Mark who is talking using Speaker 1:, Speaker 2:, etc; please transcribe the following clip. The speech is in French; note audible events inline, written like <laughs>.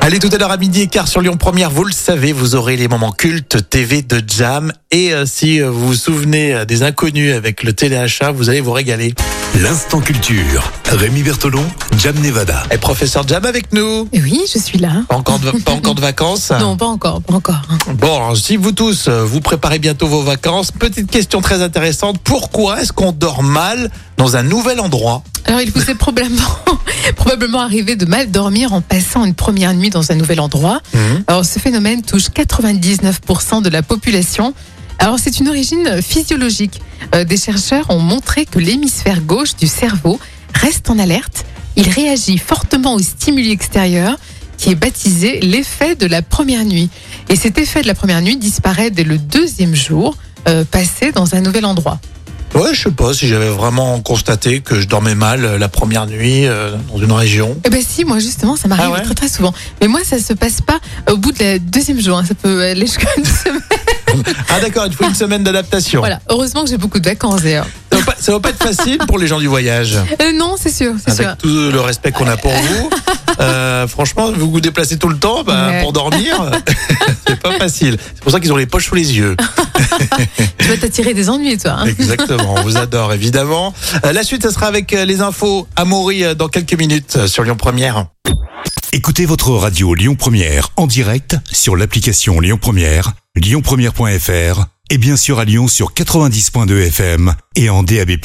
Speaker 1: Allez, tout à l'heure à midi et quart sur Lyon Première, vous le savez, vous aurez les moments cultes TV de Jam. Et euh, si euh, vous vous souvenez euh, des inconnus avec le téléachat, vous allez vous régaler.
Speaker 2: L'instant culture. Rémi Bertolon, Jam Nevada.
Speaker 1: Et professeur Jam avec nous
Speaker 3: Eh Oui, je suis là.
Speaker 1: Pas encore de, pas encore de vacances
Speaker 3: <laughs> Non, pas encore, pas encore. hein.
Speaker 1: Bon, alors, si vous tous, euh, vous préparez bientôt vos vacances, petite question très intéressante. Pourquoi est-ce qu'on dort mal dans un nouvel endroit
Speaker 3: Alors, il vous est probablement, <laughs> probablement arrivé de mal dormir en passant une première nuit dans un nouvel endroit. Alors, ce phénomène touche 99% de la population. Alors, c'est une origine physiologique. Euh, des chercheurs ont montré que l'hémisphère gauche du cerveau reste en alerte. Il réagit fortement aux stimuli extérieurs, qui est baptisé l'effet de la première nuit. Et cet effet de la première nuit disparaît dès le deuxième jour euh, passé dans un nouvel endroit.
Speaker 1: Ouais, je sais pas si j'avais vraiment constaté que je dormais mal euh, la première nuit euh, dans une région.
Speaker 3: Eh ben si, moi justement, ça m'arrive
Speaker 1: Ah ouais
Speaker 3: très très souvent. Mais moi, ça se passe pas au bout de la deuxième jour. hein. Ça peut aller jusqu'à une semaine.
Speaker 1: Ah d'accord, il faut une semaine d'adaptation.
Speaker 3: Voilà. Heureusement que j'ai beaucoup de vacances d'ailleurs.
Speaker 1: Ça va pas- ça va pas être facile pour les gens du voyage.
Speaker 3: Euh, non, c'est sûr, c'est
Speaker 1: avec
Speaker 3: sûr.
Speaker 1: tout le respect qu'on a pour vous. Euh, franchement, vous vous déplacez tout le temps bah,
Speaker 3: Ouais.
Speaker 1: pour dormir, <laughs> c'est pas facile. C'est pour ça qu'ils ont les poches sous les yeux.
Speaker 3: Tu vas t'attirer des ennuis, toi. hein.
Speaker 1: Exactement, on vous adore évidemment. Euh, la suite, ça sera avec euh, les infos à Maury euh, dans quelques minutes euh, sur Lyon Première.
Speaker 2: Écoutez votre radio Lyon Première en direct sur l'application Lyon Première, lyonpremière.fr et bien sûr à Lyon sur 90.2 FM et en DAB+.